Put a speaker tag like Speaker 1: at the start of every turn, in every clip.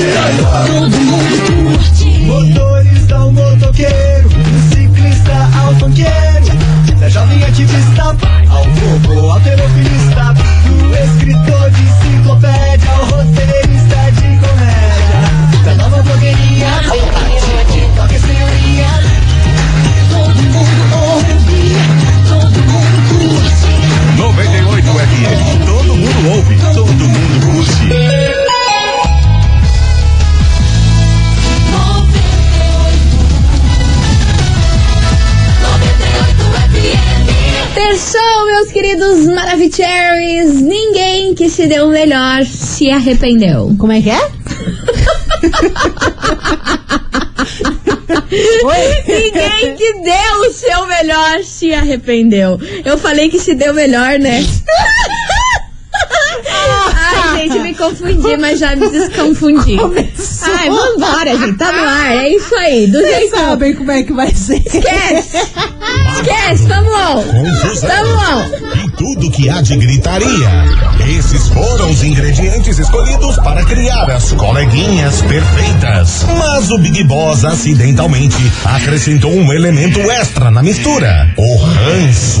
Speaker 1: Todo mundo curte.
Speaker 2: Motorista ao motoqueiro, ciclista ao funkeiro, da jovem ativista ao bobo alterofilista, do escritor de enciclopédia ao roteirista de comédia, da nova blogueirinha ao TikTok senhoria.
Speaker 1: Todo mundo ouve. Todo mundo curte.
Speaker 3: 98 FM. Todo mundo ouve, todo mundo curte.
Speaker 1: 98 FM.
Speaker 4: Fechou, meus queridos Maravicheries. Ninguém que se deu o melhor se arrependeu.
Speaker 5: Como é que é? Oi?
Speaker 4: Ninguém que deu o seu melhor se arrependeu. Eu falei que se deu melhor, né? Ai, gente, me confundi, mas já me desconfundi.
Speaker 5: Começou.
Speaker 4: Ai, vambora, gente. Tá no ar. É isso aí. Do
Speaker 5: Vocês
Speaker 4: jeito.
Speaker 5: sabem como é que vai ser.
Speaker 4: Esquece! Esquece, vamos on! Vamos on!
Speaker 3: E tudo que há de gritaria. Esses foram os ingredientes escolhidos para criar as coleguinhas perfeitas. Mas o Big Boss acidentalmente acrescentou um elemento extra na mistura: o ranço.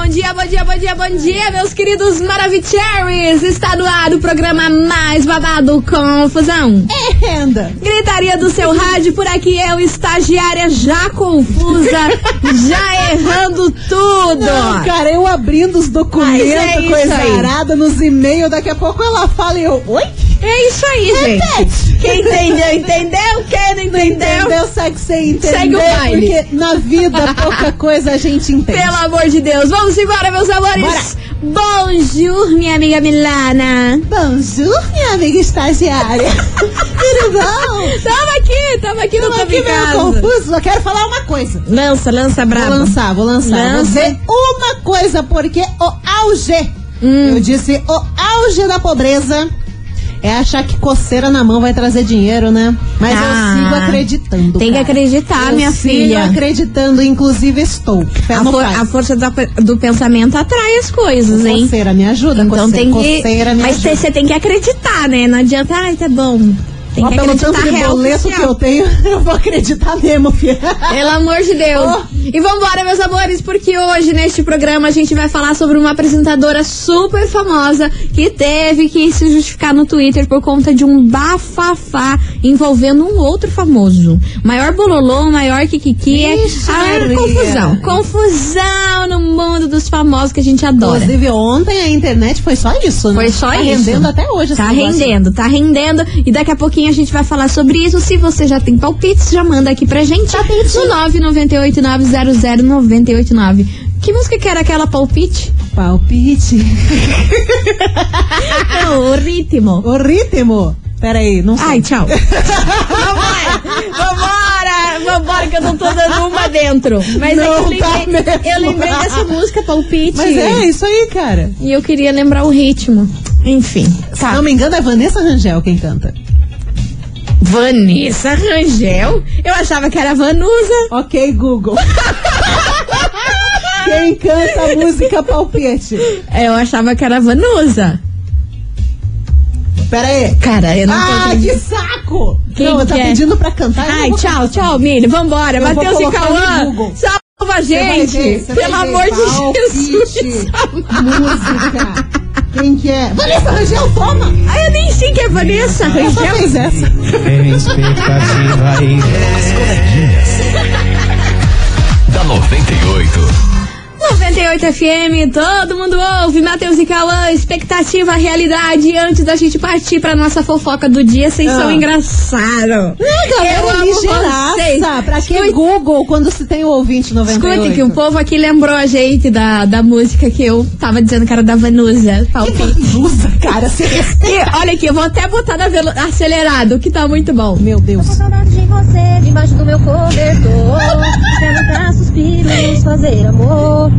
Speaker 4: Bom dia, bom dia, bom dia, bom dia, meus queridos Maravicheries! Está no ar o programa mais babado Confusão.
Speaker 5: Renda.
Speaker 4: Gritaria do seu rádio, por aqui eu, estagiária já confusa, já errando tudo.
Speaker 5: Não, cara, eu abrindo os documentos,
Speaker 4: Mas é isso
Speaker 5: coisa
Speaker 4: aí.
Speaker 5: arada, nos e-mails, daqui a pouco ela fala e eu, oi?
Speaker 4: É isso aí, gente. Quem entendeu, entendeu. Quem não entendeu,
Speaker 5: Entendeu? Segue sem entender.
Speaker 4: Segue o baile.
Speaker 5: Porque na vida pouca coisa a gente entende.
Speaker 4: pelo amor de Deus. Vamos embora, meus amores. Bonjour, minha amiga Milana.
Speaker 5: Bonjour, minha amiga estagiária. Tudo bom?
Speaker 4: Tamo aqui, tamo aqui no
Speaker 5: Tô
Speaker 4: Tamo
Speaker 5: aqui
Speaker 4: em
Speaker 5: meio
Speaker 4: Casa.
Speaker 5: confuso, só quero falar uma coisa.
Speaker 4: Lança, lança braba.
Speaker 5: Vou lançar, vou lançar. Vou
Speaker 4: Lança.
Speaker 5: dizer uma coisa, porque o auge,
Speaker 4: Hum.
Speaker 5: eu disse, o auge da pobreza é achar que coceira na mão vai trazer dinheiro, né? Mas
Speaker 4: Ah,
Speaker 5: eu sigo acreditando.
Speaker 4: Tem que
Speaker 5: cara.
Speaker 4: acreditar,
Speaker 5: Eu
Speaker 4: minha
Speaker 5: sigo
Speaker 4: filha.
Speaker 5: acreditando, inclusive estou. Fé
Speaker 4: A,
Speaker 5: no
Speaker 4: for-
Speaker 5: pai.
Speaker 4: a força da- do pensamento atrai as coisas, hein?
Speaker 5: Coceira me ajuda,
Speaker 4: Então
Speaker 5: coceira,
Speaker 4: tem que.
Speaker 5: coceira me
Speaker 4: Mas
Speaker 5: ajuda.
Speaker 4: você tem que acreditar, né? Não adianta, ai, tá bom. Tem
Speaker 5: Ó,
Speaker 4: que
Speaker 5: pelo
Speaker 4: acreditar
Speaker 5: tanto de
Speaker 4: real
Speaker 5: boleto que
Speaker 4: oficial.
Speaker 5: eu tenho, eu vou acreditar mesmo, filha.
Speaker 4: Pelo amor de Deus.
Speaker 5: Oh.
Speaker 4: E vambora, meus amores, porque hoje neste programa a gente vai falar sobre uma apresentadora super famosa que teve que se justificar no Twitter por conta de um bafafá envolvendo um outro famoso. Maior bololô, maior kikiki. é
Speaker 5: Ixi,
Speaker 4: a maior
Speaker 5: Maria.
Speaker 4: confusão. Confusão no mundo dos famosos que a gente adora.
Speaker 5: Inclusive, ontem a internet foi só isso, né?
Speaker 4: Foi só
Speaker 5: Tá
Speaker 4: isso.
Speaker 5: rendendo até hoje. esse
Speaker 4: Tá
Speaker 5: negócio.
Speaker 4: rendendo, tá rendendo. E daqui a pouquinho a gente vai falar sobre isso. Se você já tem palpites, já manda aqui pra gente.
Speaker 5: Tá
Speaker 4: No 998900989. Que música que era aquela palpite?
Speaker 5: Palpite. Ah.
Speaker 4: É o ritmo.
Speaker 5: O ritmo. Peraí, não sei.
Speaker 4: Ai, tchau. Vambora! Vambora! Vambora, que eu não tô dando uma dentro. Mas é que
Speaker 5: Não
Speaker 4: eu,
Speaker 5: tá
Speaker 4: lembrei,
Speaker 5: mesmo.
Speaker 4: eu lembrei dessa música, palpite.
Speaker 5: Mas é isso aí, cara.
Speaker 4: E eu queria lembrar o ritmo. Enfim. tá.
Speaker 5: Se não me engano, é Vanessa Rangel quem canta.
Speaker 4: Vanessa Rangel? Eu achava que era Vanusa.
Speaker 5: Ok, Google. quem canta a música palpite?
Speaker 4: Eu achava que era Vanusa.
Speaker 5: Peraí.
Speaker 4: Cara, eu não tô
Speaker 5: Ah,
Speaker 4: entendendo.
Speaker 5: que saco!
Speaker 4: Quem
Speaker 5: não,
Speaker 4: que
Speaker 5: tá
Speaker 4: é?
Speaker 5: pedindo pra cantar. eu
Speaker 4: Ai,
Speaker 5: não vou
Speaker 4: tchau,
Speaker 5: cantar.
Speaker 4: tchau, Miriam. Vambora.
Speaker 5: Eu vou
Speaker 4: Matheus e
Speaker 5: colocar no
Speaker 4: Cauã.
Speaker 5: Google.
Speaker 4: Salva a
Speaker 5: Você vai ver,
Speaker 4: gente.
Speaker 5: você vai
Speaker 4: Pelo
Speaker 5: ver.
Speaker 4: amor de Jesus.
Speaker 5: Palpite. Música. Quem que é? Vanessa Rangel, toma!
Speaker 4: Ai, eu nem sei que é Vanessa
Speaker 5: Eu só
Speaker 4: Rangel.
Speaker 5: fiz essa.
Speaker 6: Da 98.
Speaker 4: 98 FM, todo mundo ouve. Matheus e Cauã, expectativa, realidade. Antes da gente partir pra nossa fofoca do dia, vocês
Speaker 5: Ah.
Speaker 4: são engraçados.
Speaker 5: Galera
Speaker 4: amo vocês.
Speaker 5: ligeiraça. é Pra que
Speaker 4: Escute-
Speaker 5: Google quando se tem o ouvinte 98?
Speaker 4: Escuta que o povo aqui um lembrou a gente da, da música que eu tava dizendo que era da Vanusa. Palpite.
Speaker 5: Usa, cara. Você respeita.
Speaker 4: E olha aqui, eu vou até botar na velo- acelerado, que tá muito bom.
Speaker 5: Meu Deus.
Speaker 7: Saudade de você debaixo do meu cobertor. Levantar suspiros, fazer amor.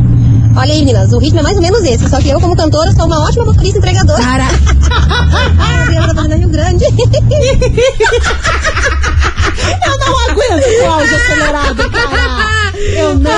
Speaker 7: Olha aí, meninas, o ritmo é mais ou menos esse. Só que eu, como cantora, sou uma ótima vocalista entregadora.
Speaker 4: Cara,
Speaker 7: Ah, eu tô no Rio Grande.
Speaker 4: céu.
Speaker 5: Não,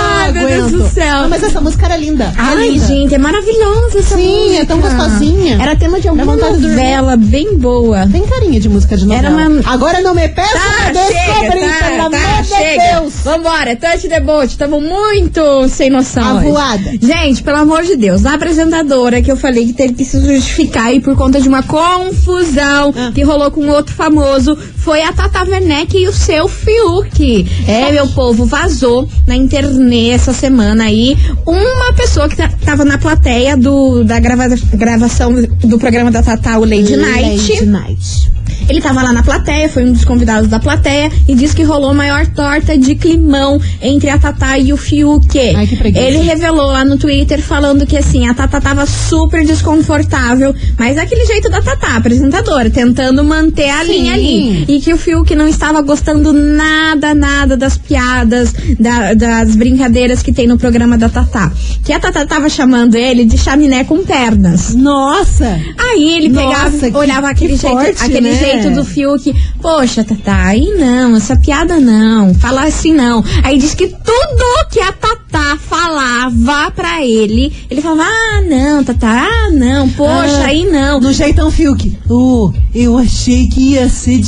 Speaker 5: Ah, mas essa música era linda. Era
Speaker 4: Ai,
Speaker 5: linda.
Speaker 4: gente, é maravilhosa essa
Speaker 5: Sim,
Speaker 4: música.
Speaker 5: é tão gostosinha.
Speaker 4: Era tema de alguma
Speaker 5: vontade de
Speaker 4: novela bem boa.
Speaker 5: Tem carinha de música de novela.
Speaker 4: Era uma-
Speaker 5: Agora não me peça
Speaker 4: Tá,
Speaker 5: pra descobrir,
Speaker 4: chega,
Speaker 5: pelo
Speaker 4: tá,
Speaker 5: amor
Speaker 4: tá,
Speaker 5: de
Speaker 4: chega.
Speaker 5: Deus.
Speaker 4: Vambora, touch the boat. Estamos muito sem noção. hoje.
Speaker 5: Avoada.
Speaker 4: Gente, pelo amor de Deus, a apresentadora que eu falei que teve que se justificar aí por conta de uma confusão
Speaker 5: Ah.
Speaker 4: que rolou com outro famoso foi a Tata Werneck e o seu Fiuk. É,
Speaker 5: Tá.
Speaker 4: meu povo, vazou na internet essa semana aí uma pessoa que ta- tava na plateia do, da grava- gravação do programa da Tata, o Lady, Night.
Speaker 5: Lady Night.
Speaker 4: Ele tava lá na plateia, foi um dos convidados da plateia e disse que rolou a maior torta de climão entre a Tatá e o Fiuk.
Speaker 5: Ai, que preguiça.
Speaker 4: Ele revelou lá no Twitter falando que assim, a Tatá tava super desconfortável, mas daquele jeito da Tatá, apresentadora, tentando manter a
Speaker 5: Sim.
Speaker 4: linha ali. E que o Fiuk não estava gostando nada, nada das piadas, da- das brincadeiras que tem no programa da Tatá. Que a Tatá tava chamando ele de chaminé com pernas.
Speaker 5: Nossa!
Speaker 4: Aí ele
Speaker 5: Nossa,
Speaker 4: pegava,
Speaker 5: que-
Speaker 4: olhava aquele,
Speaker 5: que
Speaker 4: jeito,
Speaker 5: forte,
Speaker 4: aquele
Speaker 5: né?
Speaker 4: jeito do Fiuk. Poxa, Tatá, aí não, essa piada não, fala assim não. Aí diz que tudo que a Tatá falava pra ele, ele falava, ah, não, Tatá, ah, não, poxa,
Speaker 5: Ah,
Speaker 4: aí não.
Speaker 5: No jeitão Fiuk. Oh, eu achei que ia ser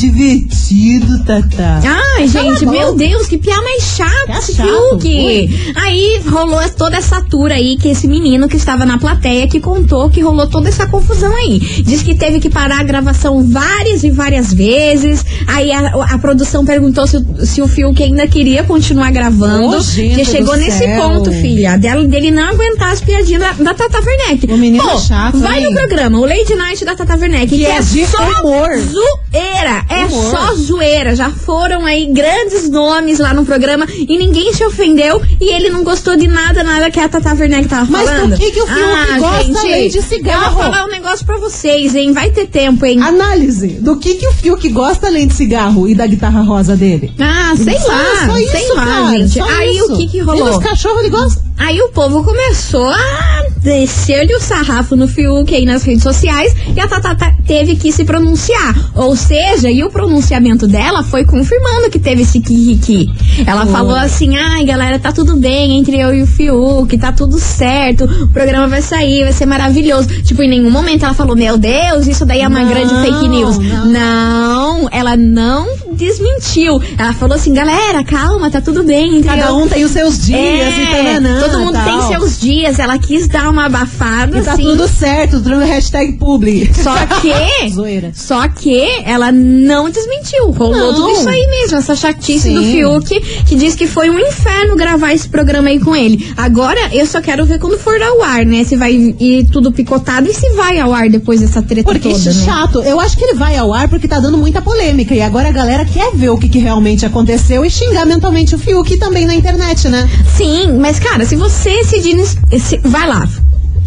Speaker 5: divertido, Tatá.
Speaker 4: Ai, gente,
Speaker 5: a
Speaker 4: meu
Speaker 5: boca.
Speaker 4: Deus, que piá mais chato,
Speaker 5: Piá
Speaker 4: esse
Speaker 5: chato,
Speaker 4: Fiuk. Aí rolou toda essa tura aí que esse menino que estava na plateia que contou que rolou toda essa confusão aí. Diz que teve que parar a gravação várias e várias vezes. Aí a, a produção perguntou se, o- se o Fiuk ainda queria continuar gravando.
Speaker 5: Ô, gente
Speaker 4: que
Speaker 5: do
Speaker 4: chegou nesse
Speaker 5: céu.
Speaker 4: ponto, filha, dela- dele não aguentar as piadinhas da, da Tata Werneck.
Speaker 5: O menino
Speaker 4: Pô,
Speaker 5: é chato,
Speaker 4: vai
Speaker 5: hein?
Speaker 4: no programa, o Lady Night da Tata Werneck, que,
Speaker 5: é de
Speaker 4: só
Speaker 5: humor.
Speaker 4: zoeira, é
Speaker 5: Humor.
Speaker 4: só zoeira. Já foram aí grandes nomes lá no programa e ninguém se ofendeu e ele não gostou de nada, nada que a Tata Werneck tava
Speaker 5: Mas do
Speaker 4: falando. Ah,
Speaker 5: que que o Fiuk gosta além de cigarro?
Speaker 4: Eu vou falar um negócio pra vocês, hein? Vai ter tempo, hein?
Speaker 5: Análise do que, que o Fiuk gosta além de cigarro e da guitarra rosa dele.
Speaker 4: Ah, sei
Speaker 5: Só-
Speaker 4: lá,
Speaker 5: só isso,
Speaker 4: sei lá,
Speaker 5: cara,
Speaker 4: gente.
Speaker 5: só
Speaker 4: Aí
Speaker 5: isso.
Speaker 4: o que que
Speaker 5: E
Speaker 4: rolou?
Speaker 5: dos cachorros ele gosta.
Speaker 4: Aí o povo começou a descer-lhe o sarrafo no Fiuk aí nas redes sociais e a Tata ta- teve que se pronunciar. Ou seja, e o pronunciamento dela foi confirmando que teve esse kiki. Ela falou assim: ai galera, tá tudo bem entre eu e o Fiuk, tá tudo certo, o programa vai sair, vai ser maravilhoso. Tipo, em nenhum momento ela falou: meu Deus, isso daí é uma
Speaker 5: Não,
Speaker 4: grande fake news.
Speaker 5: não.
Speaker 4: Não, ela não desmentiu. Ela falou assim: galera, calma, tá tudo bem entre
Speaker 5: Cada
Speaker 4: eu
Speaker 5: um tem os seus dias e tananã,
Speaker 4: É, todo mundo
Speaker 5: tal.
Speaker 4: tem seus dias, ela quis dar uma abafada,
Speaker 5: E tá
Speaker 4: assim.
Speaker 5: tudo certo, tudo hashtag publi.
Speaker 4: Só que,
Speaker 5: Zoeira.
Speaker 4: só que ela não desmentiu. Rolou
Speaker 5: Não.
Speaker 4: tudo isso aí mesmo, essa chatice
Speaker 5: Sim.
Speaker 4: do Fiuk, que diz que foi um inferno gravar esse programa aí com ele. Agora, eu só quero ver quando for ao ar, né? Se vai ir tudo picotado e se vai ao ar depois dessa treta
Speaker 5: Porque
Speaker 4: toda,
Speaker 5: esse
Speaker 4: né?
Speaker 5: chato, eu acho que ele vai ao ar porque tá dando muita polêmica. E agora a galera quer ver o que, que realmente aconteceu e xingar mentalmente o Fiuk também na internet, né?
Speaker 4: Sim, mas cara, se você se diz. se- vai lá.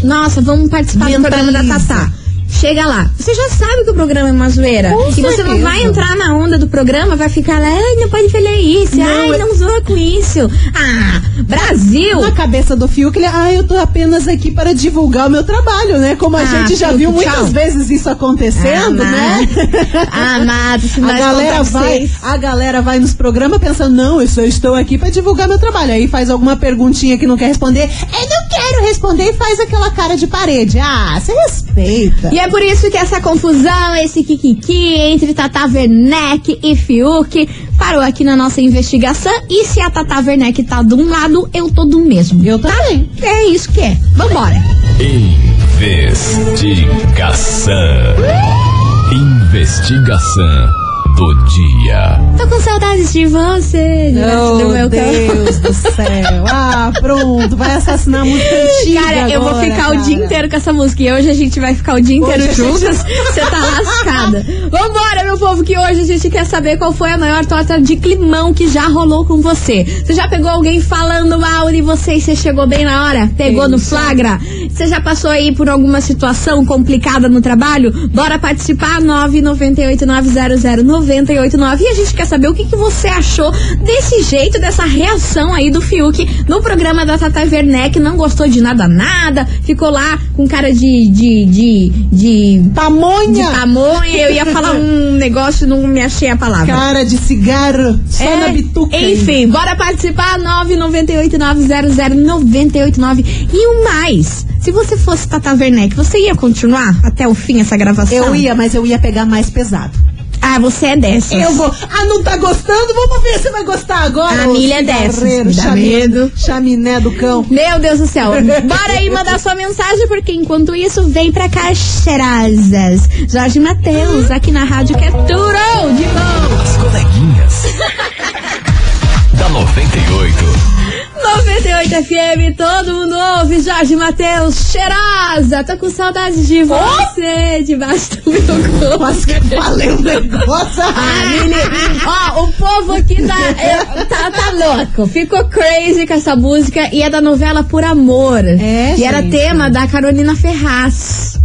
Speaker 4: Nossa, vamos participar do
Speaker 5: Mentaliza.
Speaker 4: programa da Tatá. Chega lá. Você já sabe que o programa é uma zoeira.
Speaker 5: Com
Speaker 4: e você não
Speaker 5: certeza.
Speaker 4: vai entrar na onda do programa, vai ficar lá, ai, não pode falar isso, ai,
Speaker 5: é-
Speaker 4: não zoa com isso. Ah, Brasil!
Speaker 5: Na cabeça do Fiuk, ele, ah, eu tô apenas aqui para divulgar o meu trabalho, né? Como a
Speaker 4: Ah,
Speaker 5: gente já
Speaker 4: Fiuk,
Speaker 5: viu muitas
Speaker 4: tchau.
Speaker 5: vezes isso acontecendo, né?
Speaker 4: Amado, se
Speaker 5: A
Speaker 4: nós
Speaker 5: galera,
Speaker 4: contar pra
Speaker 5: vai,
Speaker 4: vocês.
Speaker 5: a galera vai nos programas pensando, não, eu só estou aqui pra divulgar meu trabalho. Aí faz alguma perguntinha que não quer responder. Eu não quero responder e faz aquela cara de parede. Ah, você respeita.
Speaker 4: E é por isso que essa confusão, esse kikiki entre Tata Werneck e Fiuk parou aqui na nossa investigação. E se a Tata Werneck tá de um lado, eu tô do mesmo.
Speaker 5: Eu também.
Speaker 4: É isso que é. Vambora.
Speaker 6: Investigação. Investigação do dia.
Speaker 4: Tô com saudades de você. direto do
Speaker 5: Meu
Speaker 4: meu carro.
Speaker 5: Deus do céu. é Ah, pronto. Vai assassinar a música antiga
Speaker 4: Cara, eu vou
Speaker 5: agora,
Speaker 4: ficar o
Speaker 5: cara.
Speaker 4: dia inteiro com essa música. E hoje a gente vai ficar o dia inteiro
Speaker 5: Hoje a gente-
Speaker 4: juntas. Você tá lascada. Vambora, meu povo, que hoje a gente quer saber qual foi a maior torta de climão que já rolou com você. Você já pegou alguém falando mal de você e você chegou bem na hora? Pegou no flagra? Você já passou aí por alguma situação complicada no trabalho? Bora participar 998900989 e a gente quer saber o que, que você achou desse jeito, dessa reação aí do Fiuk no programa da Tata Werneck, não gostou de nada nada, ficou lá com cara de de de, de, de
Speaker 5: Pamonha!
Speaker 4: pamonha, Tá eu ia falar um negócio e não me achei a palavra.
Speaker 5: Cara de cigarro, só na bituca. hein?
Speaker 4: É, Enfim, bora participar 998900989 e o mais. Se você fosse Tata Werneck, você ia continuar até o fim essa gravação?
Speaker 5: Eu ia, mas eu ia pegar mais pesado.
Speaker 4: Ah, você é dessas.
Speaker 5: Eu vou. Ah, não tá gostando? Vamos ver se vai gostar agora.
Speaker 4: A
Speaker 5: ô
Speaker 4: milha é dessas,
Speaker 5: cigarreiro,
Speaker 4: me dá
Speaker 5: chaminé-
Speaker 4: medo.
Speaker 5: Chaminé do cão.
Speaker 4: Meu Deus do céu. Bora aí mandar sua mensagem, porque enquanto isso, vem pra cá, cheirosas. Jorge Matheus, aqui na rádio que é tudo de bom.
Speaker 6: As coleguinhas. da 98.
Speaker 4: 98 FM, todo mundo ouve. Jorge Matheus, cheirosa. Tô com saudades de você, debaixo do meu corpo.
Speaker 5: Falei um negócio.
Speaker 4: Ah, menino, Ó, o povo aqui tá, é, tá, tá louco. Ficou crazy com essa música e é da novela Por Amor.
Speaker 5: É,
Speaker 4: e era
Speaker 5: gente.
Speaker 4: tema da Carolina Ferraz.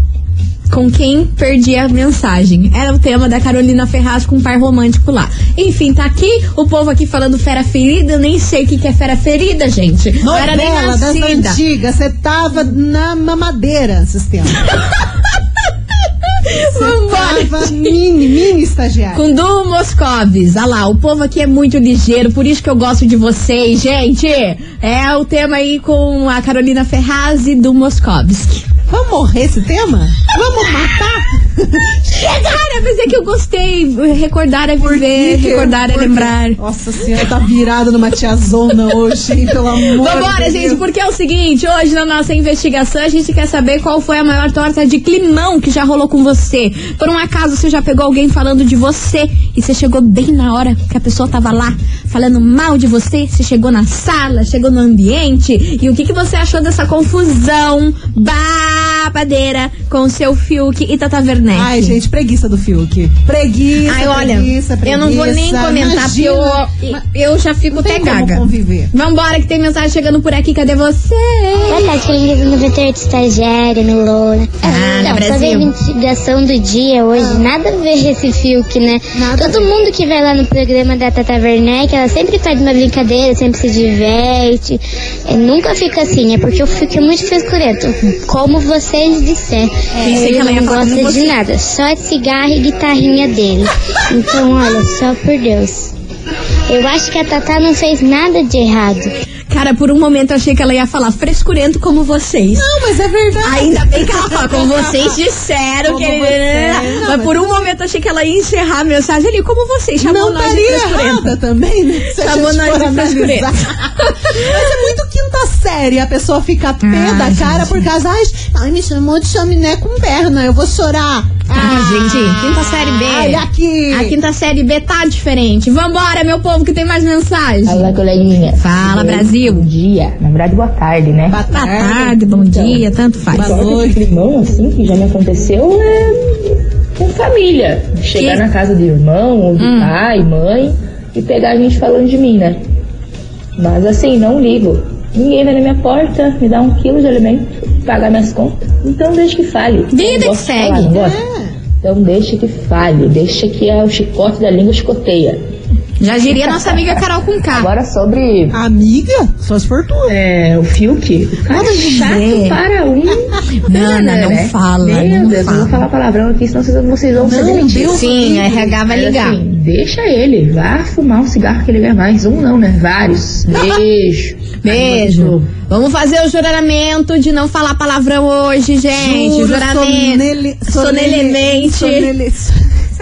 Speaker 4: Com quem perdi a mensagem. Era o tema da Carolina Ferraz com um par romântico lá. Enfim, tá aqui o povo aqui falando fera ferida. Eu nem sei o que, que é fera ferida, gente. Não Ah, era nem
Speaker 5: Novela das
Speaker 4: nascida.
Speaker 5: antigas, você tava na mamadeira, sistema.
Speaker 4: Vambora,
Speaker 5: Tava mini, mini estagiário.
Speaker 4: Com Du Moscovis. Ah lá, o povo aqui é muito ligeiro, por isso que eu gosto de vocês, gente. É o tema aí com a Carolina Ferraz e Du Moscovis.
Speaker 5: Vamos morrer esse tema? Vamos matar?
Speaker 4: Cara, mas é que eu gostei. Recordar é viver,
Speaker 5: Porque-
Speaker 4: recordar é
Speaker 5: porque-
Speaker 4: lembrar.
Speaker 5: Nossa senhora, tá virada numa tiazona hoje, hein? Pelo amor
Speaker 4: Vambora,
Speaker 5: de
Speaker 4: gente,
Speaker 5: Deus.
Speaker 4: porque é o seguinte: hoje na nossa investigação a gente quer saber qual foi a maior torta de climão que já rolou com você. Por um acaso você já pegou alguém falando de você e você chegou bem na hora que a pessoa tava lá falando mal de você? Você chegou na sala, chegou no ambiente e o que, que você achou dessa confusão babadeira com o seu Fiuk e Tata Werneck?
Speaker 5: Ai, gente, preguiça do Fiuk. Preguiça,
Speaker 4: Ai, olha,
Speaker 5: preguiça, preguiça.
Speaker 4: eu não vou nem comentar, porque eu,
Speaker 5: Imagina.
Speaker 4: eu já fico
Speaker 5: Não
Speaker 4: até
Speaker 5: tem como
Speaker 4: gaga.
Speaker 5: conviver.
Speaker 4: Vambora, que tem mensagem chegando por aqui, cadê você?
Speaker 8: Boa tarde, colegas do 98 Estagiária, no Lola.
Speaker 4: Ah,
Speaker 8: então, sobre
Speaker 4: no
Speaker 8: a
Speaker 4: Brasil. Ah.
Speaker 8: investigação do dia hoje, nada a ver esse Fiuk, né? Todo mundo que vai lá no programa da Tata Werneck, ela sempre faz uma brincadeira, sempre se diverte. É, nunca fica assim, é porque o Fiuk é muito frescurento. Como vocês disseram,
Speaker 4: pensei É, que
Speaker 8: ele
Speaker 4: ela ia
Speaker 8: não
Speaker 4: falar
Speaker 8: gosta
Speaker 4: com
Speaker 8: de
Speaker 4: você.
Speaker 8: nada, só de cigarro e guitarrinha dele. Então, olha, só por Deus. Eu acho que a Tata não fez nada de errado.
Speaker 4: Cara, por um momento eu achei que ela ia falar frescurento como vocês.
Speaker 5: Não, mas é verdade.
Speaker 4: Ainda bem que ela fala, como vocês disseram
Speaker 5: Como
Speaker 4: que.
Speaker 5: vocês. né? Não,
Speaker 4: mas por um momento eu achei que ela ia encerrar a mensagem ali, como vocês, chamou
Speaker 5: não
Speaker 4: tá nós de
Speaker 5: estaria
Speaker 4: frescurento.
Speaker 5: errada também, né? Se a
Speaker 4: Chamou
Speaker 5: gente
Speaker 4: Tá nós
Speaker 5: for
Speaker 4: de
Speaker 5: analisar. Mas é muito quinta série a pessoa fica pé da cara por causa. Ai, ai, me chamou de chaminé com perna, eu vou chorar.
Speaker 4: Ah, gente, quinta série B.
Speaker 5: Olha aqui.
Speaker 4: A quinta série B tá diferente. Vambora, meu povo, que tem mais mensagem.
Speaker 9: Fala, coleguinha.
Speaker 4: Fala, Brasil.
Speaker 9: Bom dia. Na verdade, boa tarde, né?
Speaker 5: Boa
Speaker 4: Boa tarde, bom dia, tanto faz.
Speaker 9: Sorte Então, de climão, assim, que já me aconteceu é com família. Chegar
Speaker 4: Que? Hum.
Speaker 9: na casa do irmão, ou do pai, mãe, e pegar a gente falando de mim, né? Mas assim, não ligo. Ninguém vai na minha porta, me dá um quilo de alimento, pagar minhas contas. Então deixa que fale.
Speaker 4: Vida
Speaker 9: Eu
Speaker 4: que
Speaker 9: gosto de
Speaker 4: segue.
Speaker 9: falar, não gosto? Então deixa que fale, deixa que ah, o chicote da língua chicoteia.
Speaker 4: Já diria nossa amiga Carol com K.
Speaker 9: Agora sobre
Speaker 5: Amiga, só se for tu.
Speaker 9: É, o Fiuk, o cara é chato
Speaker 4: dizer.
Speaker 9: para um.
Speaker 4: Nana, não
Speaker 9: né?
Speaker 4: fala,
Speaker 9: Meu
Speaker 4: não
Speaker 9: Deus,
Speaker 4: fala.
Speaker 9: eu vou falar palavrão aqui, senão vocês, vocês vão ser demitidos.
Speaker 4: Sim, é a RH vai
Speaker 9: Mas,
Speaker 4: ligar.
Speaker 9: assim, deixa ele, vá fumar um cigarro que ele ganha mais. Um não, né? Vários. Beijo.
Speaker 4: Beijo. Vamos fazer o juramento de não falar palavrão hoje, gente.
Speaker 5: Juro,
Speaker 4: juramento.
Speaker 5: sonele-
Speaker 4: sonelemente.
Speaker 5: sonele-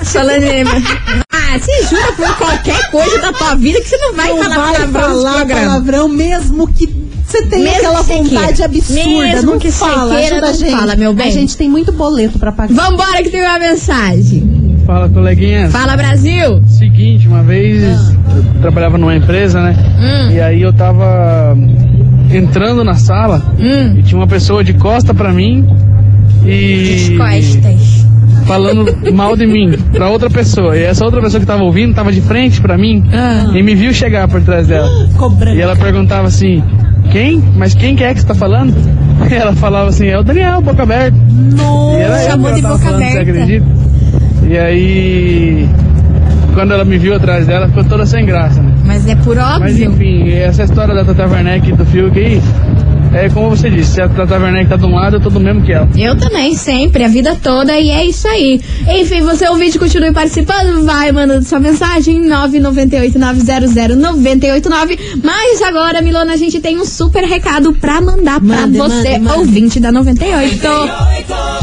Speaker 4: Solenemente. Ah, você jura por qualquer coisa da tua vida que você não vai
Speaker 5: Não
Speaker 4: falar
Speaker 5: vai
Speaker 4: palavrão nesse
Speaker 5: falar
Speaker 4: programa.
Speaker 5: palavrão mesmo que você tenha
Speaker 4: Mesmo
Speaker 5: aquela
Speaker 4: que você
Speaker 5: vontade
Speaker 4: queira.
Speaker 5: absurda.
Speaker 4: Mesmo
Speaker 5: não
Speaker 4: que você
Speaker 5: fala,
Speaker 4: queira,
Speaker 5: ajuda a
Speaker 4: não
Speaker 5: gente.
Speaker 4: fala, meu bem.
Speaker 5: A gente tem muito boleto pra pagar.
Speaker 4: Vambora que tem uma mensagem.
Speaker 10: Fala, coleguinhas.
Speaker 4: Fala, Brasil. Ah.
Speaker 10: Seguinte, uma vez eu trabalhava numa empresa, né?
Speaker 4: Hum.
Speaker 10: E aí eu tava hum, entrando na sala
Speaker 4: Hum.
Speaker 10: e tinha uma pessoa de costa pra mim e
Speaker 4: Costas.
Speaker 10: falando mal de mim pra outra pessoa. E essa outra pessoa que tava ouvindo tava de frente pra mim
Speaker 4: Ah,
Speaker 10: e me viu chegar por trás dela.
Speaker 5: Cobrando.
Speaker 10: E ela perguntava assim: "Quem? Mas quem que é que você tá falando?" E ela falava assim, é o Daniel, boca aberta.
Speaker 4: Nossa,
Speaker 10: e era eu
Speaker 4: chamou
Speaker 10: que
Speaker 4: de
Speaker 10: ela
Speaker 4: boca
Speaker 10: tava falando,
Speaker 4: aberta.
Speaker 10: Você acredita? E aí, quando ela me viu atrás dela, ficou toda sem graça, né?
Speaker 4: Mas é por
Speaker 10: Mas
Speaker 4: óbvio.
Speaker 10: enfim, essa história da Tata Werneck e do Fiuk aí, é como você disse, se a Tata Werneck tá de um lado, eu tô do mesmo que ela.
Speaker 4: Eu também, sempre, a vida toda, e é isso aí. Enfim, você ouvinte, continue participando, vai mandando sua mensagem, 998-900-989. Mas agora, Milona, a gente tem um super recado pra mandar
Speaker 5: Manda,
Speaker 4: pra você,
Speaker 5: manda, manda.
Speaker 4: ouvinte da 98.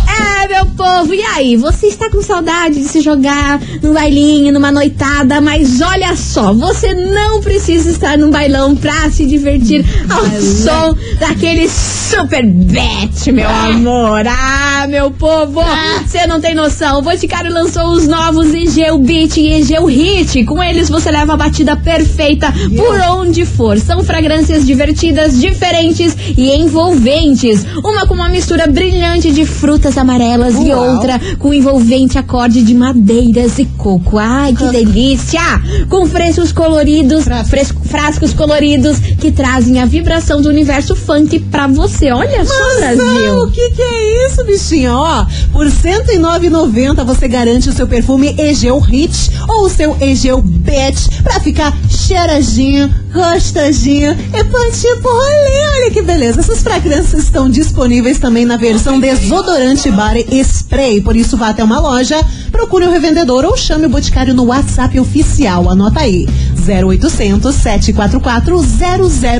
Speaker 4: É, meu povo, e aí? Você está com saudade de se jogar num bailinho, numa noitada, mas olha só, você não precisa estar num bailão pra se divertir ao som daquele super bet, meu amor. Ah, meu povo, você não tem noção. O Boticário lançou os novos Egeu Beat e Egeu Hit. Com eles você leva a batida perfeita por onde for. São fragrâncias divertidas, diferentes e envolventes. Uma com uma mistura brilhante de frutas amarelas e
Speaker 5: Uau.
Speaker 4: outra com envolvente acorde de madeiras e coco. Ai, que delícia! Com frescos coloridos, fresco- frascos coloridos que trazem a vibração do universo funk pra você. Olha só,
Speaker 5: Não,
Speaker 4: Brasil!
Speaker 5: o que que é isso, bichinha? Ó, por R$ 109,90 você garante o seu perfume Egeu Hit ou o seu Egeu Bet pra ficar cheiradinho, gostadinho e pra tipo rolê. Olha que beleza. Essas fragrâncias estão disponíveis também na versão desodorante bar e spray. Por isso, vá até uma loja, procure o revendedor ou chame o Boticário no WhatsApp oficial. Anota aí. 0800 744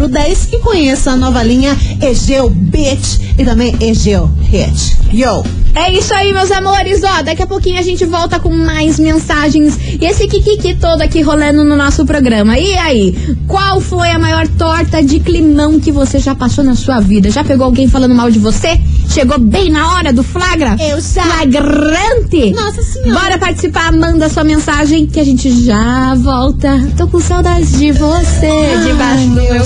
Speaker 5: 0010 e conheça a nova linha Egeu Bitch e também Egeu Hit. Yo!
Speaker 4: É isso aí, meus amores. Ó, daqui a pouquinho a gente volta com mais mensagens. E esse Kikiki todo aqui rolando no nosso programa. E aí, qual foi a maior torta de climão que você já passou na sua vida? Já pegou alguém falando mal de você? Chegou bem na hora do flagra?
Speaker 5: Eu já.
Speaker 4: Flagrante!
Speaker 5: Nossa Senhora.
Speaker 4: Bora participar, manda sua mensagem que a gente já volta. Tô com saudades de você,
Speaker 5: Ah.
Speaker 4: debaixo do meu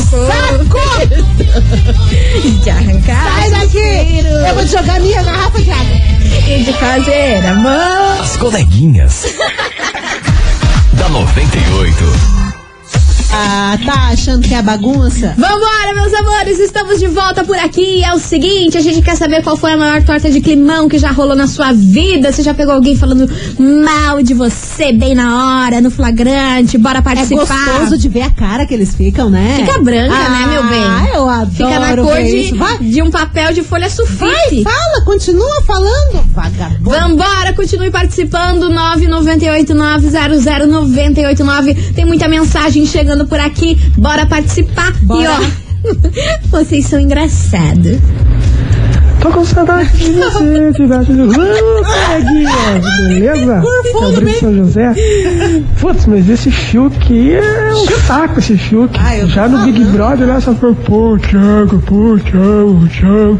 Speaker 4: corpo. de arrancar.
Speaker 5: Sai daqui! Eu vou te jogar minha garrafa de água.
Speaker 4: E de fazer amor.
Speaker 6: As coleguinhas. da 98.
Speaker 5: Ah, tá achando que é bagunça?
Speaker 4: Vambora, meus amores, estamos de volta por aqui. É o seguinte, a gente quer saber qual foi a maior torta de climão que já rolou na sua vida. Você já pegou alguém falando mal de você bem na hora, no flagrante? Bora
Speaker 5: É
Speaker 4: participar.
Speaker 5: gostoso de ver a cara que eles ficam, né?
Speaker 4: Fica branca, né, meu bem?
Speaker 5: Ah, eu adoro
Speaker 4: Fica na cor
Speaker 5: ver
Speaker 4: de,
Speaker 5: isso. Vai,
Speaker 4: de um papel de folha sulfite.
Speaker 5: fala, continua falando, vagabundo.
Speaker 4: Vambora, continue participando. 998900989. Tem muita mensagem chegando por aqui. Bora participar.
Speaker 5: Bora.
Speaker 4: E ó, vocês são engraçados.
Speaker 10: Tô com saudade de você, debaixo do Vamos, coleguinha, beleza?
Speaker 5: Por favor,
Speaker 10: É o Brito
Speaker 5: bem.
Speaker 10: São José. Putz, mas esse Fiuk é um saco, esse Fiuk.
Speaker 5: Ah, eu tô
Speaker 10: Já no Big
Speaker 5: falando.
Speaker 10: Brother, né, só foi, pô, Thiago, pô, Thiago, Thiago.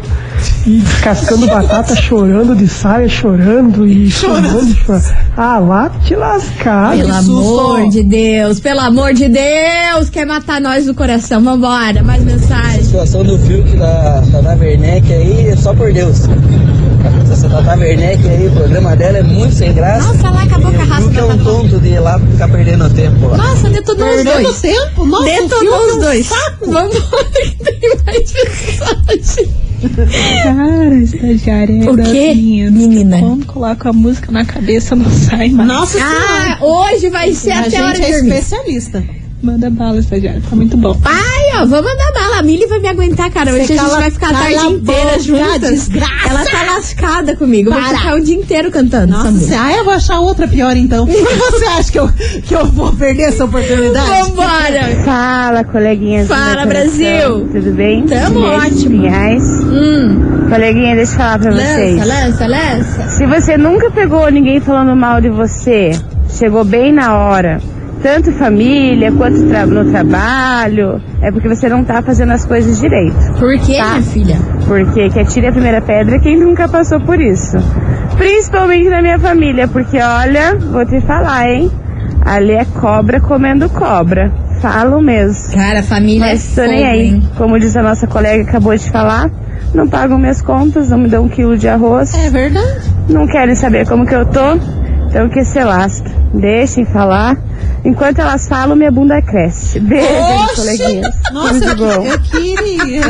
Speaker 10: E descascando batata, chorando de saia, chorando e chorando. chorando. Ah, lá te lascar.
Speaker 4: Pelo
Speaker 5: susto.
Speaker 4: amor de Deus, pelo amor de Deus, quer matar nós do coração. Vambora, mais mensagem.
Speaker 2: situação do Fiuk da Tata Werneck aí é só por Deus. Essa Tata Werneck aí, o programa dela é muito sem graça.
Speaker 4: Nossa, lá acabou com a raça
Speaker 2: Fiuk é
Speaker 4: da
Speaker 2: um
Speaker 4: Tata.
Speaker 2: tonto de ir lá ficar perdendo tempo lá.
Speaker 4: Nossa, detonou os
Speaker 5: Perdendo
Speaker 4: dois.
Speaker 5: tempo? Nossa, o
Speaker 4: Detonou
Speaker 5: filme é
Speaker 4: os
Speaker 5: um
Speaker 4: dois.
Speaker 5: saco.
Speaker 4: Vambora, que tem mais mensagem.
Speaker 11: Cara, estagiária
Speaker 4: O
Speaker 11: das
Speaker 4: quê,
Speaker 11: meninas.
Speaker 4: menina?
Speaker 11: Como coloca a música na cabeça, não sai mais.
Speaker 5: Nossa senhora.
Speaker 4: Ah, hoje vai ser
Speaker 5: a
Speaker 4: até a hora
Speaker 5: gente
Speaker 4: de
Speaker 5: é
Speaker 4: dormir.
Speaker 5: especialista.
Speaker 11: Manda bala, estagiária. Tá muito bom.
Speaker 4: Ai, ó, vamos mandar bala. A Mili vai me aguentar, cara. Hoje
Speaker 5: Você
Speaker 4: a gente
Speaker 5: cala-
Speaker 4: vai ficar a
Speaker 5: cala
Speaker 4: tarde
Speaker 5: a
Speaker 4: inteira
Speaker 5: boca,
Speaker 4: juntas.
Speaker 5: desgraça!
Speaker 4: Ela tá lascada comigo. Vai
Speaker 5: Para.
Speaker 4: ficar o dia inteiro cantando. essa
Speaker 5: Nossa,
Speaker 4: música.
Speaker 5: você- ah, eu vou achar outra pior então. Você acha que eu, que eu vou perder essa oportunidade?
Speaker 4: Vambora!
Speaker 11: Fala, coleguinhas.
Speaker 4: do Fala, meu coração. Brasil.
Speaker 11: Tudo bem?
Speaker 4: Tamo Juliette ótimo. Hum,
Speaker 11: Coleguinha, deixa eu falar pra
Speaker 4: lança, lança, lança.
Speaker 11: Se você nunca pegou ninguém falando mal de você, chegou bem na hora, tanto família quanto tra- no trabalho, é porque você não tá fazendo as coisas direito.
Speaker 4: Por quê,
Speaker 11: Tá.
Speaker 4: minha filha?
Speaker 11: Porque que atire a primeira pedra quem nunca passou por isso. Principalmente na minha família, porque olha, vou te falar, hein? Ali é cobra comendo cobra. Falo mesmo.
Speaker 4: Cara, família
Speaker 11: Mas tô
Speaker 4: é
Speaker 11: nem
Speaker 4: fogo,
Speaker 11: aí.
Speaker 4: hein?
Speaker 11: Como diz a nossa colega que acabou de falar, não pagam minhas contas, não me dão um quilo de arroz
Speaker 5: É verdade.
Speaker 11: não querem saber como que eu tô, então que se lasque. Deixem falar. Enquanto elas falam, minha bunda cresce. Beijo,
Speaker 5: Oxe!
Speaker 11: coleguinhas.
Speaker 5: Nossa,
Speaker 11: Tudo de
Speaker 5: eu-
Speaker 11: bom.
Speaker 5: eu queria.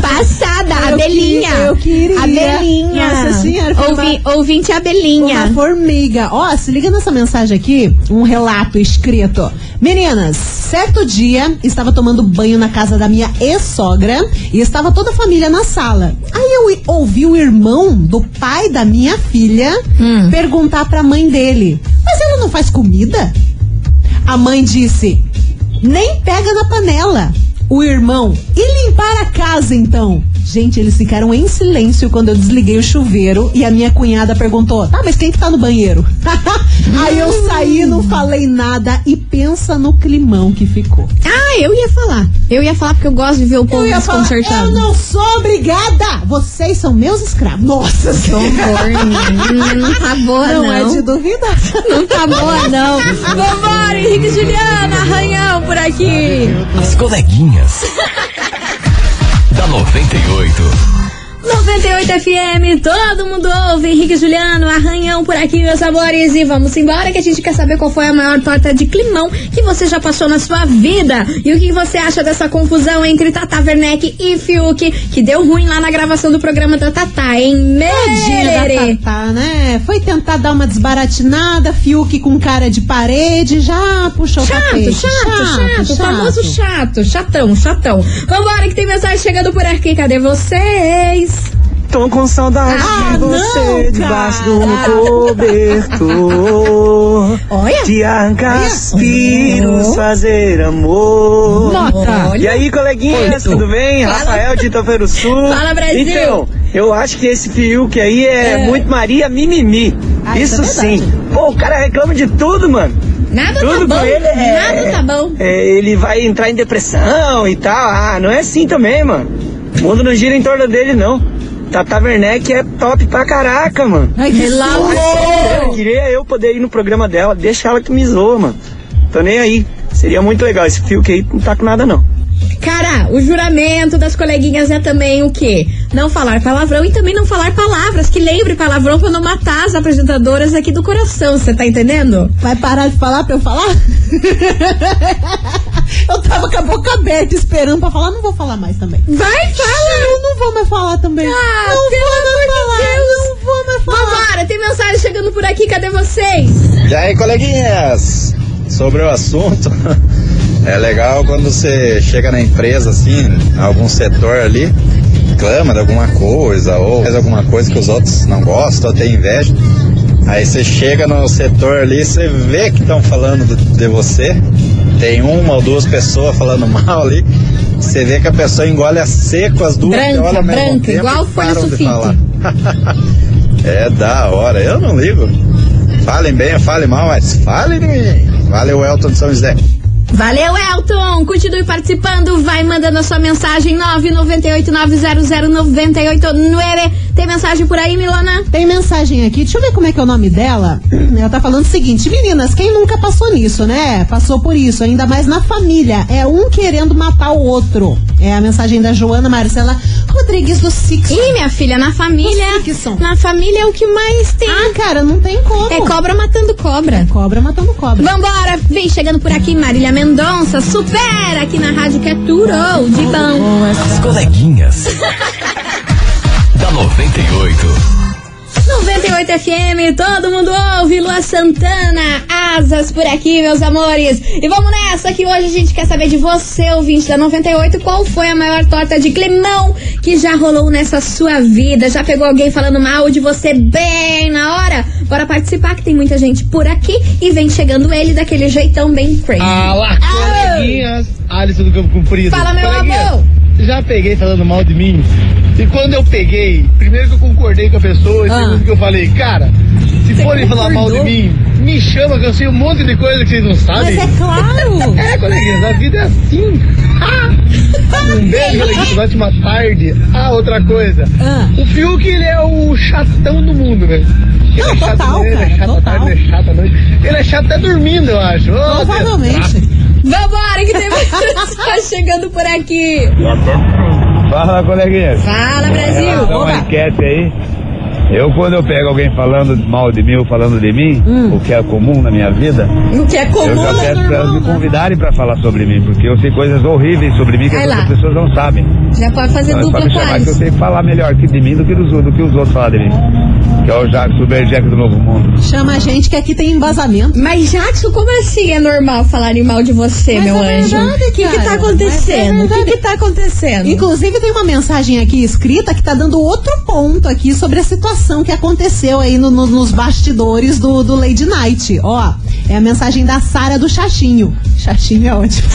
Speaker 4: Passada,
Speaker 5: Eu
Speaker 4: Abelinha.
Speaker 5: queria, eu queria.
Speaker 4: Abelinha.
Speaker 5: Nossa senhora. foi
Speaker 4: Ouvi-
Speaker 5: uma-
Speaker 4: ouvinte Abelinha.
Speaker 5: Uma formiga. Ó, se liga nessa mensagem aqui, um relato escrito. Meninas, certo dia estava tomando banho na casa da minha ex-sogra e estava toda a família na sala. Aí eu i- ouvi o irmão do pai da minha filha perguntar pra mãe dele: Mas ela não faz comida? A mãe disse: nem pega na panela. O irmão, e limpar a casa então? Gente, eles ficaram em silêncio quando eu desliguei o chuveiro e a minha cunhada perguntou: tá, mas quem que tá no banheiro? Aí eu saí, não falei nada e pensa no climão que ficou.
Speaker 4: Ah, eu ia falar. Eu ia falar porque eu gosto de ver o povo
Speaker 5: Eu ia falar,
Speaker 4: desconcertado.
Speaker 5: eu não sou obrigada! Vocês são meus escravos. Nossa,
Speaker 4: Que horror, menina. Não tá boa, não.
Speaker 5: Não é de duvidar.
Speaker 4: Não tá boa, não. Vambora, Henrique e Juliana, arranhão por aqui.
Speaker 6: As coleguinhas. da 98.
Speaker 4: 98 FM, todo mundo ouve. Henrique e Juliano, arranhão por aqui, meus amores. E vamos embora que a gente quer saber qual foi a maior torta de climão que você já passou na sua vida. E o que você acha dessa confusão entre Tata Werneck e Fiuk, que deu ruim lá na gravação do programa da Tata, hein?
Speaker 5: Tadinha da
Speaker 4: Mererê.
Speaker 5: Tatá, né? Foi tentar dar uma desbaratinada, Fiuk com cara de parede, já puxou o
Speaker 4: Chato,
Speaker 5: tapete.
Speaker 4: chato, chato,
Speaker 5: chato.
Speaker 4: famoso chato, chatão, chatão. Vambora que tem mensagem chegando por aqui, cadê vocês?
Speaker 10: Tô com saudade
Speaker 4: Ah,
Speaker 10: de
Speaker 4: não, cara.
Speaker 10: você debaixo de um cobertor.
Speaker 4: Olha.
Speaker 10: De arrancar suspiros, fazer amor.
Speaker 4: Nota.
Speaker 10: E aí, coleguinhas,
Speaker 12: Oito.
Speaker 10: tudo bem?
Speaker 12: Fala.
Speaker 10: Rafael de Itafeiro Sul.
Speaker 12: Fala, Brasil.
Speaker 10: Então, eu acho que esse Fiuk aí é, muito Maria Mimimi.
Speaker 12: Ah, isso
Speaker 10: isso
Speaker 12: é verdade.
Speaker 10: sim. Pô, o cara reclama de tudo, mano.
Speaker 4: Nada
Speaker 10: tudo
Speaker 4: tá
Speaker 10: com
Speaker 4: bom,
Speaker 10: ele é,
Speaker 4: nada tá bom.
Speaker 10: é, ele vai entrar em depressão e tal. Ah, não é assim também, mano. O mundo não gira em torno dele, não. Tata Werneck é top pra caraca, mano.
Speaker 5: Ai, que
Speaker 10: Porra,
Speaker 5: susto.
Speaker 10: sério, eu Queria eu poder ir no programa dela. Deixa ela que me zoa, mano. Tô nem aí. Seria muito legal esse fio que aí não tá com nada, não.
Speaker 4: Cara, o juramento das coleguinhas é também o quê? Não falar palavrão e também não falar palavras. Que lembre palavrão pra não matar as apresentadoras aqui do coração, você tá entendendo?
Speaker 5: Vai parar de falar pra eu falar? eu tava com a boca aberta esperando pra falar, não vou falar mais também.
Speaker 4: Vai, fala!
Speaker 5: Eu não vou mais falar também.
Speaker 4: Ah,
Speaker 5: não
Speaker 4: pelo
Speaker 5: vou mais
Speaker 4: amor
Speaker 5: falar,
Speaker 4: de Deus.
Speaker 5: não vou mais falar.
Speaker 4: Vambora, tem mensagem chegando por aqui, cadê vocês?
Speaker 13: E aí, coleguinhas? Sobre o assunto, é legal quando você chega na empresa, assim, em algum setor ali, clama de alguma coisa, ou faz alguma coisa que os outros não gostam, ou tem inveja. Aí você chega no setor ali, você vê que estão falando do- de você, tem uma ou duas pessoas falando mal ali, você vê que a pessoa engole a seco as duas
Speaker 4: Branca,
Speaker 13: e olha ao mesmo
Speaker 4: branca,
Speaker 13: tempo
Speaker 4: igual
Speaker 13: e
Speaker 4: folha
Speaker 13: param de
Speaker 4: sulfite.
Speaker 13: falar. É da hora, eu não ligo. Falem bem, falem mal, mas falem de mim. Valeu, Elton de São José.
Speaker 4: Valeu, Elton! Continue participando, vai mandando a sua mensagem 998900989. Tem mensagem por aí, Milona?
Speaker 5: Tem mensagem aqui, deixa eu ver como é que é o nome dela. Ela tá falando o seguinte: meninas, quem nunca passou nisso, né? Passou por isso, ainda mais na família. É um querendo matar o outro. É a mensagem da Joana Marcela Rodrigues do Six.
Speaker 4: Ih, minha filha, na família. Na família é o que mais tem.
Speaker 5: Ah, cara, não tem como.
Speaker 4: É cobra matando cobra.
Speaker 5: Cobra matando cobra.
Speaker 4: Vambora, vem chegando por aqui Marília Mendonça, supera aqui na rádio que é Turou de bom.
Speaker 6: As coleguinhas. da 98.
Speaker 4: 98 FM, todo mundo ouve, Lua Santana, asas por aqui, meus amores. E vamos nessa que hoje a gente quer saber de você, ouvinte da 98, qual foi a maior torta de climão que já rolou nessa sua vida? Já pegou alguém falando mal de você bem na hora? Bora participar que tem muita gente por aqui e vem chegando ele daquele jeitão bem crazy.
Speaker 14: Ah lá,
Speaker 4: Ah!
Speaker 14: coleguinhas, Alisson do Campo Comprido.
Speaker 4: Fala, meu
Speaker 14: Coleguinhas,
Speaker 4: amor.
Speaker 14: Já peguei falando mal de mim. E quando eu peguei, primeiro que eu concordei com a pessoa, e segundo que eu falei, cara, se forem falar mal de
Speaker 15: concordou?
Speaker 14: mim, me chama que eu sei um monte de coisa que vocês não sabem.
Speaker 15: Mas é claro.
Speaker 14: é, coleguinhas, a vida é assim. um beijo, coleguinhas, ótima tarde. Ah, outra coisa. O Fiuk, ele é o chatão do mundo, velho. Ele é chato, total, ele é chato à tarde, ele é chato à noite. Ele é chato até dormindo, eu acho. Ô, desgraça.
Speaker 4: Vambora, que tem mais pessoas chegando por aqui.
Speaker 16: Fala, coleguinha.
Speaker 4: Fala,
Speaker 16: Em
Speaker 4: Brasil.
Speaker 16: relação à
Speaker 4: Opa.
Speaker 16: enquete aí.
Speaker 12: Eu, quando eu pego alguém falando mal de mim ou falando de mim, o que é comum na minha vida,
Speaker 15: O que Hum. é comum,
Speaker 12: eu já
Speaker 15: né,
Speaker 12: peço pra elas me convidarem pra falar sobre mim, porque eu sei coisas horríveis sobre mim que
Speaker 15: Vai
Speaker 12: as
Speaker 15: lá.
Speaker 12: outras pessoas não sabem.
Speaker 15: Já pode fazer
Speaker 12: Então, é
Speaker 15: dupla
Speaker 12: pra me
Speaker 15: com a
Speaker 12: chamar que eu
Speaker 15: Alice.
Speaker 12: sei falar melhor que de mim do que, dos, do que os outros falar de mim. Que é o Jacques, o Bergeco do Novo Mundo.
Speaker 5: Chama a gente que aqui tem embasamento.
Speaker 4: Mas, Jackson, como assim é normal falarem mal de você, meu anjo? o que, que tá acontecendo?
Speaker 5: O que,
Speaker 4: tá acontecendo?
Speaker 5: Inclusive, tem uma mensagem aqui escrita que tá dando outro ponto aqui sobre a situação que aconteceu aí no- no- nos bastidores do, do Lady Night. Ó, é a mensagem da Sara do Chatinho. Chatinho é ótimo.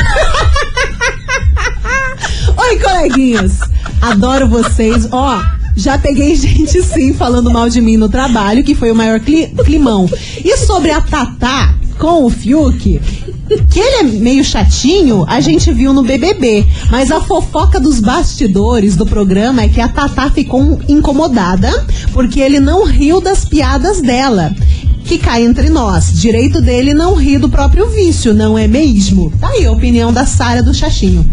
Speaker 5: Oi, coleguinhas. Adoro vocês. Ó, já peguei gente sim falando mal de mim no trabalho, que foi o maior cli- climão. E sobre a Tatá com o Fiuk, que ele é meio chatinho, a gente viu no BBB. Mas a fofoca dos bastidores do programa é que a Tatá ficou incomodada porque ele não riu das piadas dela. Que cai entre nós. Direito dele não rir do próprio vício, não é mesmo? Tá aí a opinião da Sara do Chatinho.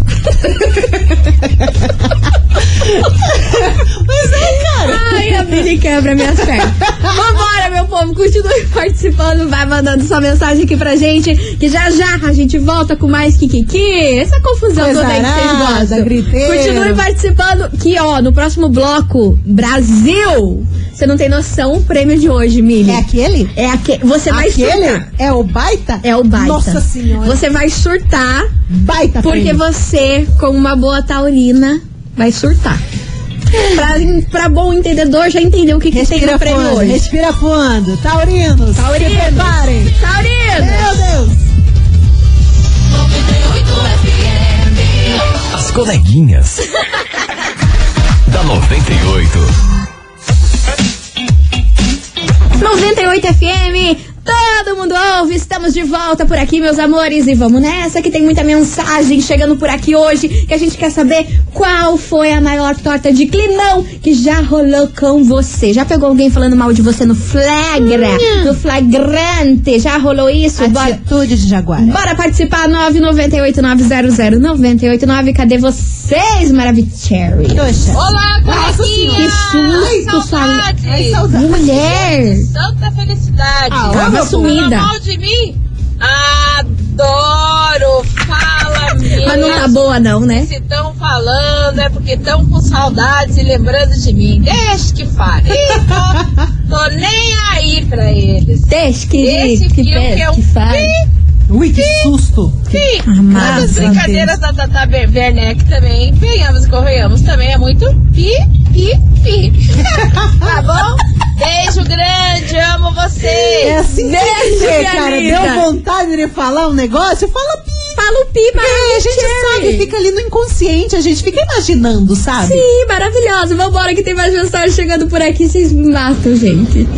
Speaker 5: Mas é, cara.
Speaker 4: Ai, a Billy quebra minhas pernas. Vambora, meu povo. Continue participando. Vai mandando sua mensagem aqui pra gente. Que já já a gente volta com mais Kikiki. Essa confusão
Speaker 5: Coisa
Speaker 4: toda aí que vocês
Speaker 5: arada,
Speaker 4: gostam.
Speaker 5: griteiro.
Speaker 4: Continue participando. Que, ó, no próximo bloco, Brasil. Você não tem noção o prêmio de hoje, Mili. É
Speaker 5: aquele?
Speaker 4: É aquele. Você vai
Speaker 5: Aquele?
Speaker 4: surtar.
Speaker 5: É o baita?
Speaker 4: É o baita.
Speaker 5: Nossa Senhora.
Speaker 4: Você vai surtar.
Speaker 5: Baita
Speaker 4: Porque
Speaker 5: prêmio.
Speaker 4: você, como uma boa taurina, vai surtar. Pra, pra bom entendedor, já entendeu o que, que tem
Speaker 5: Respira
Speaker 4: no prêmio
Speaker 5: fundo,
Speaker 4: hoje.
Speaker 5: respira fundo. Taurinos,
Speaker 4: Taurinos.
Speaker 5: se preparem.
Speaker 4: Taurinos.
Speaker 5: Meu Deus.
Speaker 6: As coleguinhas. da 98.
Speaker 4: 98 FM, todo mundo ouve, estamos de volta por aqui, meus amores, e vamos nessa que tem muita mensagem chegando por aqui hoje, que a gente quer saber qual foi a maior torta de climão que já rolou com você. Já pegou alguém falando mal de você no flagra,
Speaker 5: Hum.
Speaker 4: no flagrante? Já rolou isso? Bora,
Speaker 5: Atitude de Jaguar.
Speaker 4: bora participar, 998-900-989, cadê vocês, Maravicherry?
Speaker 16: Olá,
Speaker 4: Nossa
Speaker 16: coleguinha!
Speaker 4: Senhora, que susto,
Speaker 16: saudade!
Speaker 4: Ai, saudade. Mulher!
Speaker 16: Santa felicidade!
Speaker 4: Ah, ô, meu
Speaker 16: Fala
Speaker 4: sumida.
Speaker 16: mal de mim? Adoro! Fala mesmo!
Speaker 4: Mas não tá boa não, né?
Speaker 16: Se estão falando é porque estão com saudades e lembrando de mim. Deixa que fale! Ih, tô, tô nem aí pra eles!
Speaker 4: Deixa que,
Speaker 16: Esse fio
Speaker 4: que, pe-
Speaker 16: que eu
Speaker 4: que faz.
Speaker 5: Ui, que susto!
Speaker 16: Sim,
Speaker 4: Amado
Speaker 16: as brincadeiras da Tata Werneck também, venhamos e convenhamos, também é muito pi, pi, pi. tá bom? Beijo grande, amo vocês.
Speaker 5: É assim que tem que ser, cara. Deu vontade de falar um negócio? Fala pi.
Speaker 4: Fala o pi, mas
Speaker 5: é, a gente sabe, fica assim. ali no inconsciente, a gente fica imaginando, sabe?
Speaker 4: Sim, maravilhoso. Vambora que tem mais mensagem chegando por aqui. Vocês me matam, gente.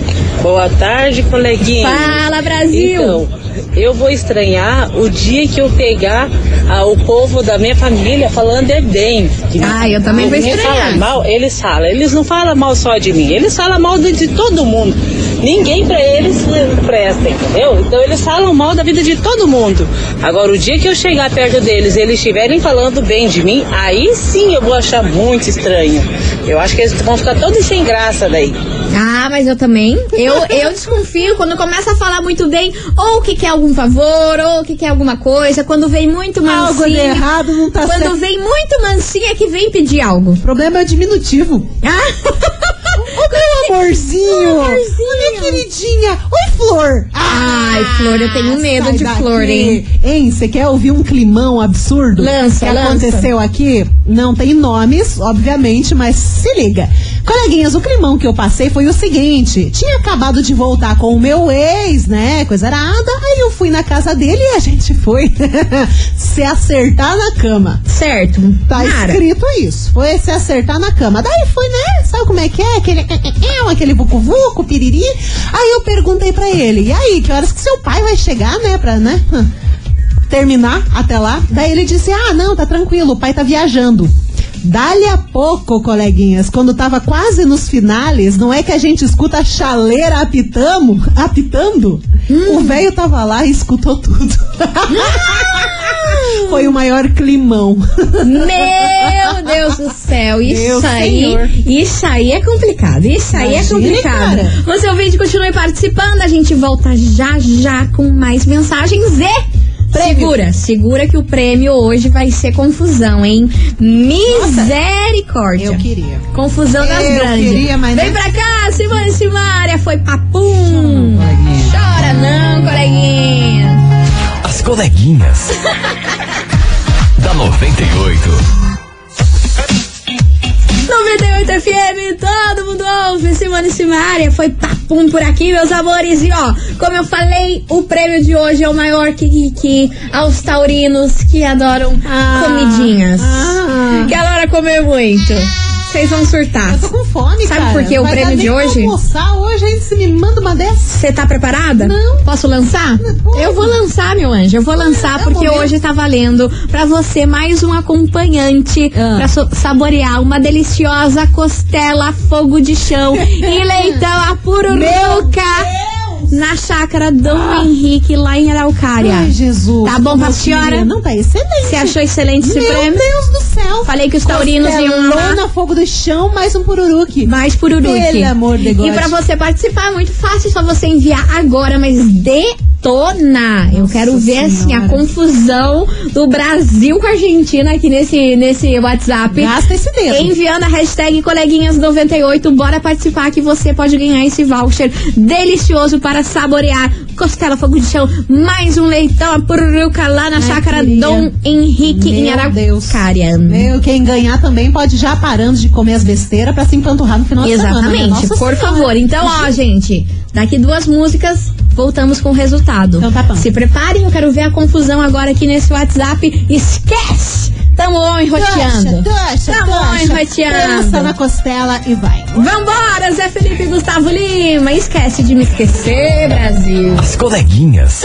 Speaker 17: Boa tarde, coleguinha.
Speaker 4: Fala, Brasil.
Speaker 17: Então, eu vou estranhar o dia que eu pegar ah, o povo da minha família falando é bem.
Speaker 4: Ah, eu também vou
Speaker 17: Ninguém
Speaker 4: estranhar.
Speaker 17: Fala mal, eles falam. Eles não falam mal só de mim, eles falam mal de, de todo mundo. Ninguém pra eles eh, presta, entendeu? Então eles falam mal da vida de todo mundo. Agora, o dia que eu chegar perto deles e eles estiverem falando bem de mim, aí sim eu vou achar muito estranho. Eu acho que eles vão ficar todos sem graça daí.
Speaker 4: Ah, mas eu também. Eu, eu desconfio quando começa a falar muito bem, ou que quer algum favor, ou que quer alguma coisa. Quando vem muito mansinho.
Speaker 5: Algo de errado não tá
Speaker 4: Quando
Speaker 5: certo.
Speaker 4: vem muito mansinho é que vem pedir algo. O
Speaker 5: problema é o diminutivo.
Speaker 4: Ah,
Speaker 5: Ô, meu amorzinho!
Speaker 4: Um
Speaker 5: Ô, minha queridinha! Oi, Flor!
Speaker 4: Ai, Flor, eu tenho medo
Speaker 5: sai
Speaker 4: de
Speaker 5: daqui.
Speaker 4: Flor, hein?
Speaker 5: Hein, você quer ouvir um climão absurdo?
Speaker 4: Lança,
Speaker 5: que
Speaker 4: lança.
Speaker 5: aconteceu aqui? Não tem nomes, obviamente, mas se liga. Coleguinhas, o climão que eu passei foi o seguinte: tinha acabado de voltar com o meu ex, né? Coisa arada. Aí eu fui na casa dele e a gente foi se acertar na cama.
Speaker 4: Certo.
Speaker 5: Tá
Speaker 4: Nara.
Speaker 5: escrito isso. Foi se acertar na cama. Daí foi, né? Sabe como é que é? Aquele, aquele vucu-vucu, piriri. Aí eu perguntei pra ele, e aí, que horas que seu pai vai chegar, né? Pra, né? Terminar até lá. Daí ele disse, ah, não, tá tranquilo, o pai tá viajando. Dali a pouco, coleguinhas, quando tava quase nos finales, não é que a gente escuta a chaleira apitamo, Hum. apitando? O velho tava lá e escutou tudo. Foi o maior climão.
Speaker 4: Meu Deus do céu, isso
Speaker 5: Meu
Speaker 4: aí,
Speaker 5: senhor.
Speaker 4: isso aí é complicado, isso aí é
Speaker 5: Imagina,
Speaker 4: complicado.
Speaker 5: cara.
Speaker 4: O seu vídeo continue participando, a gente volta já já com mais mensagens e Segura, segura que o prêmio hoje vai ser confusão, hein? Misericórdia.
Speaker 5: eu queria.
Speaker 4: Confusão das
Speaker 5: Eu
Speaker 4: grandes.
Speaker 5: queria, mas
Speaker 4: Vem
Speaker 5: não-
Speaker 4: pra cá, Simone Simária, foi
Speaker 5: Hum.
Speaker 4: papum. Chora não, coleguinha.
Speaker 6: As coleguinhas. da 98.
Speaker 4: 98 FM, todo mundo ouve. Simone Simaria, foi papum por aqui, meus amores. E ó, como eu falei, o prêmio de hoje é o maior que, que, que aos taurinos que adoram comidinhas. Que a Laura comeu muito. Vocês vão surtar. Eu tô
Speaker 5: com fome,
Speaker 4: Sabe
Speaker 5: cara.
Speaker 4: por que o
Speaker 5: Vai dar
Speaker 4: prêmio
Speaker 5: nem
Speaker 4: de
Speaker 5: pra
Speaker 4: hoje?
Speaker 5: almoçar hoje, aí você me manda uma dessa.
Speaker 4: Você tá preparada? Não. Posso lançar? eu vou lançar, meu anjo. Eu vou lançar porque hoje tá valendo pra você mais um acompanhante pra so- saborear uma deliciosa costela a fogo de chão e leitão a pururuca na chácara Dom Henrique lá em Araucária.
Speaker 5: Ai, Jesus.
Speaker 4: Tá bom
Speaker 5: como
Speaker 4: pra
Speaker 5: eu
Speaker 4: senhora?
Speaker 5: queria. Não, tá excelente.
Speaker 4: Você achou excelente esse
Speaker 5: Meu
Speaker 4: prêmio?
Speaker 5: Deus do céu.
Speaker 4: Falei que os taurinos iam amar.
Speaker 5: Lona, fogo do chão, mais um pururuque.
Speaker 4: Mais pururuque.
Speaker 5: Pelo amor de Deus.
Speaker 4: E pra você participar é muito fácil, é só você enviar agora, mas detona. Eu quero ver assim a confusão do Brasil com a Argentina aqui nesse nesse WhatsApp.
Speaker 5: Gasta esse dedo.
Speaker 4: Enviando a hashtag coleguinhas98, bora participar que você pode ganhar esse voucher delicioso para saborear costela fogo de chão, mais um leitão a pururuca lá na chácara Dom Henrique em
Speaker 5: Meu Deus.
Speaker 4: Araucária.
Speaker 5: Meu, quem ganhar também pode já parando de comer as besteiras pra se empanturrar no final de semana. né?
Speaker 4: Exatamente,
Speaker 5: Nossa
Speaker 4: por
Speaker 5: Senhora.
Speaker 4: favor. Então, ó, gente, daqui duas músicas, voltamos com o resultado. Então tá bom. Se preparem, eu quero ver a confusão agora aqui nesse WhatsApp. Esquece! Tamo on enroteando.
Speaker 5: Deixa,
Speaker 4: Tamo on
Speaker 5: deixa,
Speaker 4: enroteando.
Speaker 5: Pensa na costela e vai.
Speaker 4: Vambora, Zé Felipe e Gustavo Lima. Esquece de me esquecer, Brasil.
Speaker 6: As coleguinhas.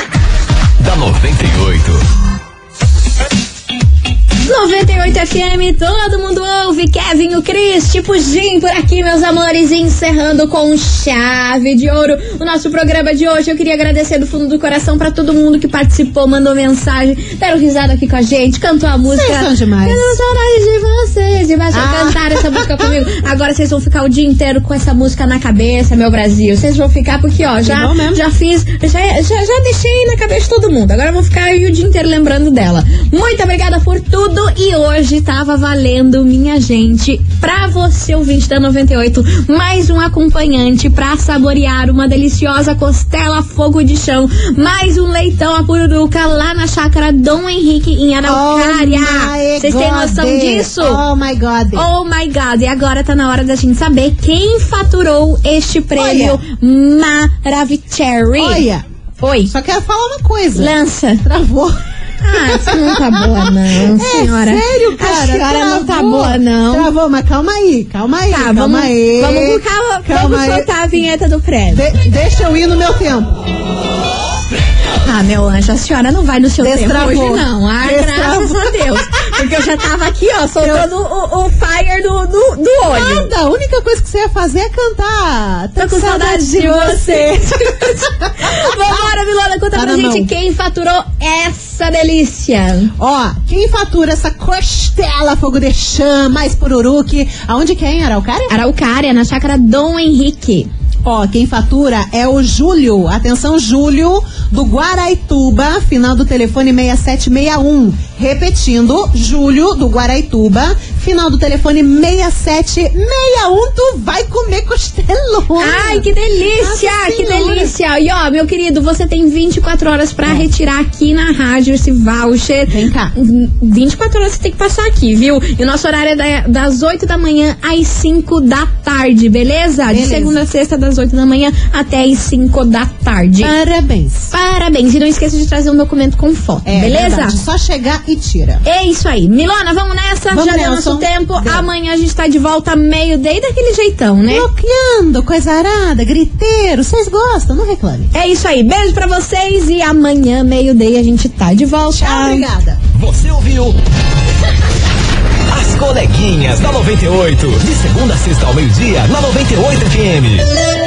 Speaker 6: da 98.
Speaker 4: 98 FM, todo mundo ouve. Kevin, o Cris, tipo Jim por aqui, meus amores. Encerrando com chave de ouro o nosso programa de hoje. Eu queria agradecer do fundo do coração pra todo mundo que participou, mandou mensagem, deram risada aqui com a gente, cantou a música.
Speaker 5: Vocês são demais.
Speaker 4: Eu não sou mais de vocês. E vai
Speaker 5: Ah.
Speaker 4: cantar essa música comigo. Agora vocês vão ficar o dia inteiro com essa música na cabeça, meu Brasil. Vocês vão ficar, porque ó, já,
Speaker 5: bom mesmo.
Speaker 4: já fiz, já, já, já deixei na cabeça de todo mundo. Agora eu vou ficar aí o dia inteiro lembrando dela. Muito obrigada por tudo e hoje tava valendo, minha gente, pra você, ouvinte da 98, mais um acompanhante pra saborear uma deliciosa costela a fogo de chão, mais um leitão a pururuca lá na chácara Dom Henrique em Araucária.
Speaker 5: Oh my
Speaker 4: Vocês têm
Speaker 5: God.
Speaker 4: noção disso?
Speaker 5: Oh my God.
Speaker 4: Oh my god, e agora tá na hora da gente saber quem faturou este prêmio Maravicherry.
Speaker 5: Olha.
Speaker 4: Oi.
Speaker 5: Só quero falar uma coisa.
Speaker 4: Lança.
Speaker 5: Travou.
Speaker 4: Ah, isso não tá boa, não, senhora.
Speaker 5: É sério, cara.
Speaker 4: A senhora não tá boa, não.
Speaker 5: Travou, mas calma aí, calma aí,
Speaker 4: Tá,
Speaker 5: calma
Speaker 4: vamos,
Speaker 5: aí.
Speaker 4: vamos, calma, vamos
Speaker 5: aí.
Speaker 4: soltar a vinheta do prêmio.
Speaker 5: De- deixa eu ir no meu tempo.
Speaker 4: Ah, meu anjo, a senhora não vai no seu
Speaker 5: Destravou.
Speaker 4: tempo hoje, não. Ah,
Speaker 5: Destravou.
Speaker 4: graças a Deus. Porque eu já tava aqui, ó, soltando o, o fire do, do, do olho.
Speaker 5: Nada, a única coisa que você ia fazer é cantar.
Speaker 4: Tô com saudade Tá de você. Vambora, Milona, conta
Speaker 5: Tá
Speaker 4: pra
Speaker 5: na
Speaker 4: gente
Speaker 5: mão.
Speaker 4: quem faturou essa delícia.
Speaker 5: Ó, quem fatura essa costela, fogo de chã, mais pururuque, aonde que é, em Araucária?
Speaker 4: Araucária, na chácara Dom Henrique.
Speaker 5: Ó, quem fatura é o Júlio. Atenção, Júlio, do Guaraituba, final do telefone 6761. Repetindo, Júlio, do Guaraituba, final do telefone 6761. Tu vai comer costelão.
Speaker 4: Ai, que delícia,
Speaker 5: Nossa
Speaker 4: que
Speaker 5: Senhora.
Speaker 4: delícia. E ó, meu querido, você tem 24 horas pra retirar aqui na rádio esse voucher.
Speaker 5: Vem cá.
Speaker 4: 24 horas você tem que passar aqui, viu? E o nosso horário é da- das 8 da manhã às 5 da tarde, beleza? De
Speaker 5: Beleza.
Speaker 4: segunda a sexta, das 8 da manhã até às 5 da tarde.
Speaker 5: Parabéns.
Speaker 4: Parabéns. E não esqueça de trazer um documento com foto,
Speaker 5: É,
Speaker 4: beleza?
Speaker 5: verdade, só chegar e tira.
Speaker 4: É isso aí. Milona, vamos nessa.
Speaker 5: Vamos,
Speaker 4: Já deu
Speaker 5: Nelson.
Speaker 4: nosso tempo.
Speaker 5: Deu.
Speaker 4: Amanhã a gente tá de volta meio-day daquele jeitão, né?
Speaker 5: Bloqueando, coisa arada, griteiro. Vocês gostam, não reclame.
Speaker 4: É isso aí. Beijo pra vocês e amanhã, meio-day, a gente tá de volta.
Speaker 5: Tchau, obrigada.
Speaker 6: Você ouviu? As coleguinhas da 98. De segunda a sexta ao meio-dia, na 98 FM.